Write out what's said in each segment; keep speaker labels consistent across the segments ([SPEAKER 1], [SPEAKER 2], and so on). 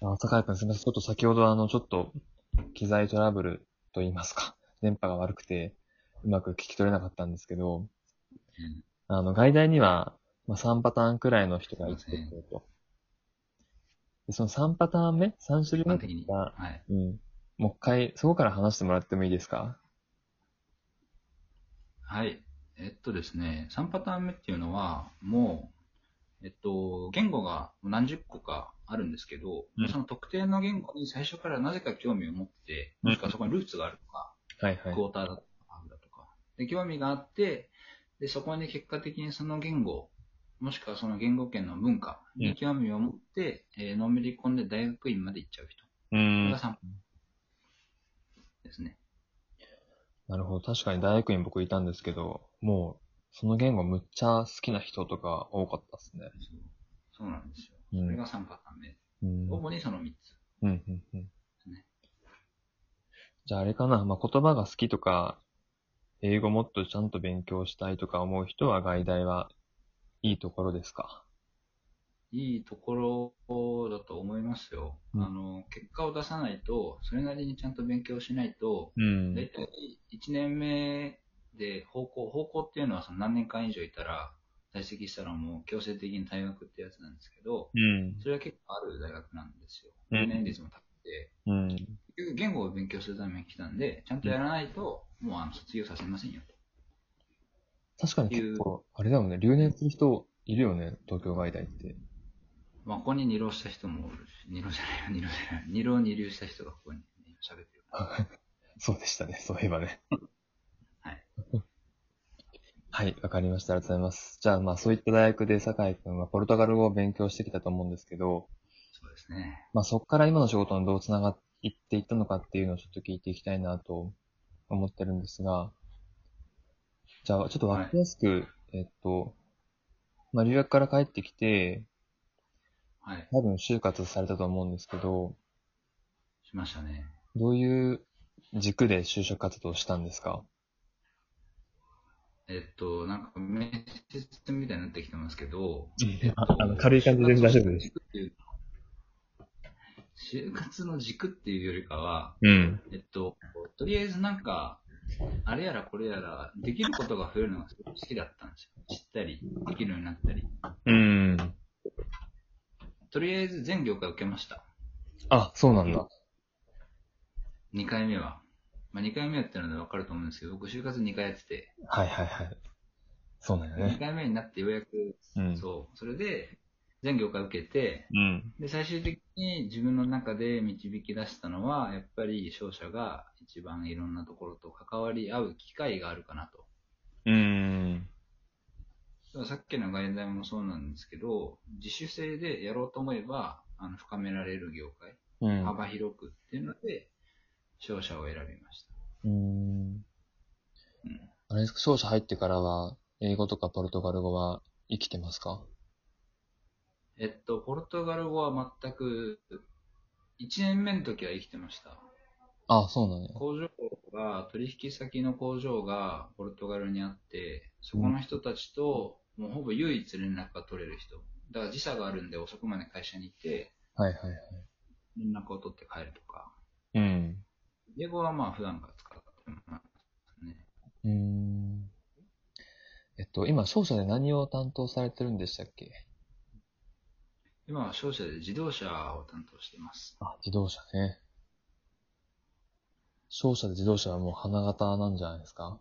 [SPEAKER 1] あ坂井くんすみません。ちょっと先ほどあの、ちょっと、機材トラブルと言いますか、 電波が悪くて、うまく聞き取れなかったんですけど、
[SPEAKER 2] うん
[SPEAKER 1] あの、外大には、まあ、3パターンくらいの人がいてくれると。で、その3パターン目 ?3 種類
[SPEAKER 2] 一般
[SPEAKER 1] 目
[SPEAKER 2] 的に。
[SPEAKER 1] が、
[SPEAKER 2] はい。
[SPEAKER 1] うん。もう一回、そこから話してもらってもいいですか
[SPEAKER 2] はい。えっとですね、3パターン目っていうのは、もう、えっと、言語が何十個かあるんですけど、
[SPEAKER 1] うん
[SPEAKER 2] その特定の言語に最初からなぜか興味を持って、
[SPEAKER 1] うん
[SPEAKER 2] もしくはそこにルーツがあるとか、
[SPEAKER 1] はいはい
[SPEAKER 2] ク。ォーターだとか、ハーフだとか。で、興味があって、で、そこに結果的にその言語、もしくはその言語圏の文化に興味を持って、えーのめり込んで大学院まで行っちゃう人。
[SPEAKER 1] う
[SPEAKER 2] こ
[SPEAKER 1] ん
[SPEAKER 2] れが。3ですね。
[SPEAKER 1] なるほど。確かに大学院僕いたんですけど、もう、その言語むっちゃ好きな人とか多かったですね。
[SPEAKER 2] そうそうなんですよ。
[SPEAKER 1] う
[SPEAKER 2] これ
[SPEAKER 1] ん。
[SPEAKER 2] が3パターン目。
[SPEAKER 1] うん。
[SPEAKER 2] 主にその3つ。
[SPEAKER 1] うん、うん、うん
[SPEAKER 2] ね。
[SPEAKER 1] じゃああれかな、まあ、言葉が好きとか、英語もっとちゃんと勉強したいとか思う人は外大はいいところですか。
[SPEAKER 2] いいところだと思いますよ。
[SPEAKER 1] うん
[SPEAKER 2] あの、結果を出さないと、それなりにちゃんと勉強しないと、
[SPEAKER 1] うん
[SPEAKER 2] 大体1年目で方向、方向っていうのはその何年間以上いたら、在籍したらもう強制的に退学ってやつなんですけど、
[SPEAKER 1] うん。
[SPEAKER 2] それは結構ある大学なんですよ。
[SPEAKER 1] うん
[SPEAKER 2] 留年率も高くて、
[SPEAKER 1] うん。
[SPEAKER 2] 結局言語を勉強するために来たんで、ちゃんとやらないと、もうあの卒業させませんよと。
[SPEAKER 1] 確かに結構、あれだよね、留年する人いるよね、東京外大って。
[SPEAKER 2] まあ、ここに二浪した人もおるし、二浪じゃないよ、二浪じゃない。二浪二流した人がここに喋ってる。
[SPEAKER 1] そうでしたね、そういえばね。
[SPEAKER 2] はい。
[SPEAKER 1] はい、わかりました。ありがとうございます。じゃあ、まあ、そういった大学で酒井くんはポルトガル語を勉強してきたと思うんですけど、
[SPEAKER 2] そうですね。
[SPEAKER 1] まあ、そこから今の仕事にどうつながっていっていったのかっていうのをちょっと聞いていきたいなと思ってるんですが、じゃあ、ちょっとわかりやすく、えっと、まあ、留学から帰ってきて、
[SPEAKER 2] はい。
[SPEAKER 1] 多分就活されたと思うんですけど、
[SPEAKER 2] しましたね。
[SPEAKER 1] どういう軸で就職活動をしたんですか
[SPEAKER 2] えっと、なんか面接みたいになってきてますけど、
[SPEAKER 1] ああの軽い感じで大丈夫です。
[SPEAKER 2] 就活の軸っていうよりかは、
[SPEAKER 1] うん。
[SPEAKER 2] えっと、とりあえずなんか、あれやらこれやら、できることが増えるのがすごい好きだったんですよ。知ったり、できるようになったり。
[SPEAKER 1] うん。
[SPEAKER 2] とりあえず全業界受けました。
[SPEAKER 1] あ、そうなんだ。
[SPEAKER 2] 2回目は。まあ、2回目やってるので分かると思うんですけど、僕就活2回やってて、
[SPEAKER 1] はいはいはい。そうなんよ
[SPEAKER 2] 2
[SPEAKER 1] ね。
[SPEAKER 2] 回目になってようやく、
[SPEAKER 1] うん。
[SPEAKER 2] そう、それで、全業界受けて、
[SPEAKER 1] うん。
[SPEAKER 2] で、最終的に自分の中で導き出したのは、やっぱり商社が一番いろんなところと関わり合う機会があるかなと。
[SPEAKER 1] うん。
[SPEAKER 2] だからさっきの外大もそうなんですけど、自主性でやろうと思えば、あの深められる業界、
[SPEAKER 1] うん。
[SPEAKER 2] 幅広くっていうので、商社を選びました。
[SPEAKER 1] うん。
[SPEAKER 2] うん
[SPEAKER 1] あれですか、商社入ってからは、英語とかポルトガル語は生きてますか
[SPEAKER 2] えっと、ポルトガル語は全く、1年目の時は生きてました。
[SPEAKER 1] あ、そうなんや。
[SPEAKER 2] 工場が、取引先の工場がポルトガルにあって、そこの人たちと、もうほぼ唯一連絡が取れる人。だから時差があるんで遅くまで会社にいて、
[SPEAKER 1] はいはいはい。
[SPEAKER 2] 連絡を取って帰るとか。
[SPEAKER 1] うん。
[SPEAKER 2] 英語はまあ普段から使ってますね。
[SPEAKER 1] うん。えっと、今、商社で何を担当されてるんでしたっけ
[SPEAKER 2] 今は商社で自動車を担当しています。
[SPEAKER 1] あ、自動車ね。商社で自動車はもう花形なんじゃないですか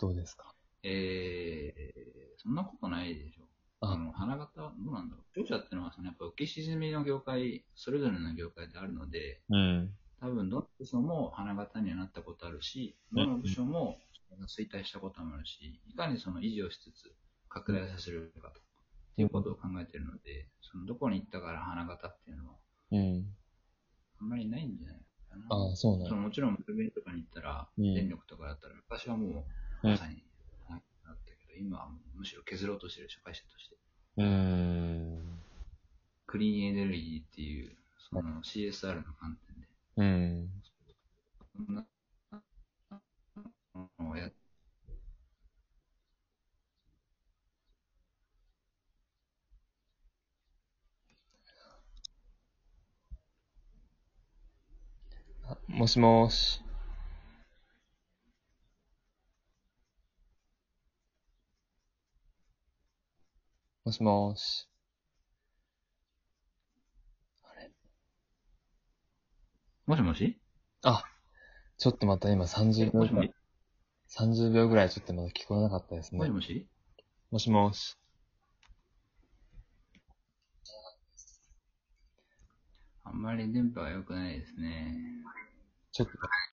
[SPEAKER 1] どうですか
[SPEAKER 2] えー、そんなことないでしょ。
[SPEAKER 1] あ
[SPEAKER 2] あの、花形はどうなんだろう。商社ってのはそのやっぱ浮き沈みの業界、それぞれの業界であるので、
[SPEAKER 1] うん。
[SPEAKER 2] 多分どの部署も花形にはなったことあるし、
[SPEAKER 1] うん
[SPEAKER 2] どの部署も衰退したこともあるし、いかにその維持をしつつ拡大させるかということを考えているので、そのどこに行ったから花形っていうのは
[SPEAKER 1] うん。
[SPEAKER 2] あんまりないんじゃないかな。
[SPEAKER 1] あそうなん
[SPEAKER 2] そ
[SPEAKER 1] や
[SPEAKER 2] のもちろん、物弁とかに行ったら、
[SPEAKER 1] うん
[SPEAKER 2] 電力とかだったら、昔はもう
[SPEAKER 1] うん
[SPEAKER 2] まさに花形だったけど、今はもうむしろ削ろうとしてる社会者として、
[SPEAKER 1] うーん。
[SPEAKER 2] クリーンエネルギーっていう、その CSR の観点で、
[SPEAKER 1] うん。
[SPEAKER 2] そんなのをやっ
[SPEAKER 1] もしもーし。もしもーし。
[SPEAKER 2] もしもし
[SPEAKER 1] あ、ちょっとまた今30秒
[SPEAKER 2] もし
[SPEAKER 1] ぐ
[SPEAKER 2] も
[SPEAKER 1] ら
[SPEAKER 2] し
[SPEAKER 1] い、30秒ぐらいちょっとまだ聞こえなかったです
[SPEAKER 2] も
[SPEAKER 1] ね
[SPEAKER 2] し。もし
[SPEAKER 1] もしもーし。
[SPEAKER 2] あんまり電波が良くないですね。
[SPEAKER 1] ちょっと